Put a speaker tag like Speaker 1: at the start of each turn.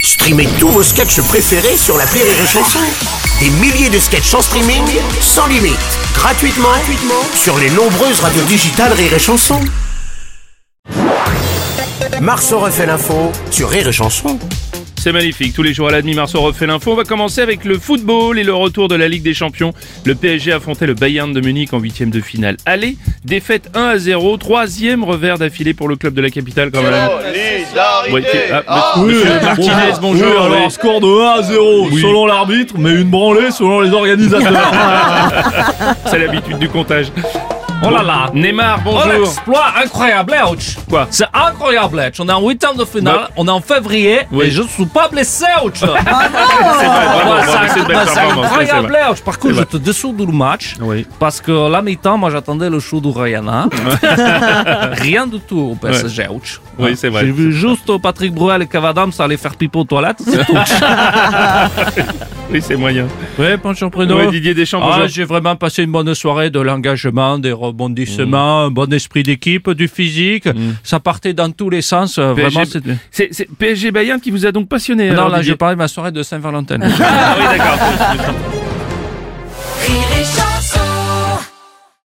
Speaker 1: Streamez tous vos sketchs préférés sur la Rire et Chanson. Des milliers de sketchs en streaming, sans limite, gratuitement, gratuitement sur les nombreuses radios digitales Rire et Chanson. Marceau refait l'info sur Rire et Chanson.
Speaker 2: C'est magnifique. Tous les jours à la demi-marceau refait l'info. On va commencer avec le football et le retour de la Ligue des Champions. Le PSG affrontait le Bayern de Munich en huitième de finale. Allez, défaite 1 à 0. Troisième revers d'affilée pour le club de la capitale quand même. Ouais, t'es- ah, monsieur Martinez, bonjour.
Speaker 3: Ah. Oui, alors,
Speaker 2: oui.
Speaker 3: score de 1 à 0 selon l'arbitre, mais une branlée selon les organisateurs.
Speaker 2: C'est l'habitude du comptage.
Speaker 3: oh là là
Speaker 2: Neymar,
Speaker 3: Oh,
Speaker 2: bonjour.
Speaker 3: l'exploit incroyable, eh, ouch
Speaker 2: Quoi
Speaker 3: C'est incroyable, ouch On est en huitième de finale,
Speaker 2: Bah-
Speaker 3: on est en février,
Speaker 2: Oui.
Speaker 3: et je suis pas blessé, ouch
Speaker 2: C'est vrai, bravo,
Speaker 3: Voilà,
Speaker 2: bravo, c'est une belle
Speaker 3: bah,
Speaker 2: performance,
Speaker 3: c'est
Speaker 2: oui, c'est
Speaker 3: incroyable,
Speaker 2: vrai.
Speaker 3: ouch Par contre,
Speaker 2: C'est
Speaker 3: je te dessous du match,
Speaker 2: Oui.
Speaker 3: parce que la mi-temps, moi j'attendais le show du Rihanna. Rien du tout au PSG, ouch
Speaker 2: Oui, c'est vrai.
Speaker 3: J'ai vu juste Patrick Bruel et Cavadam, ça allait faire pipo aux toilettes, c'est tout.
Speaker 2: Oui, c'est moyen.
Speaker 3: ouais, bonjour Bruno.
Speaker 2: Ouais, Didier Deschamps,
Speaker 3: Ah,
Speaker 2: bonjour.
Speaker 3: j'ai vraiment passé une bonne soirée de l'engagement, des
Speaker 2: Mm.
Speaker 3: rebondissements, un bon esprit d'équipe, du physique. Ça partait dans tous les sens. euh, Vraiment,
Speaker 2: PSG,
Speaker 3: c'est...
Speaker 2: c'est, c'est PSG Bayern qui vous a donc passionné.
Speaker 3: Non,
Speaker 2: alors,
Speaker 3: là,
Speaker 2: Didier.
Speaker 3: j'ai parlé de ma soirée de Saint-Valentin.
Speaker 2: Ah oui, d'accord.
Speaker 4: Rire et chanson.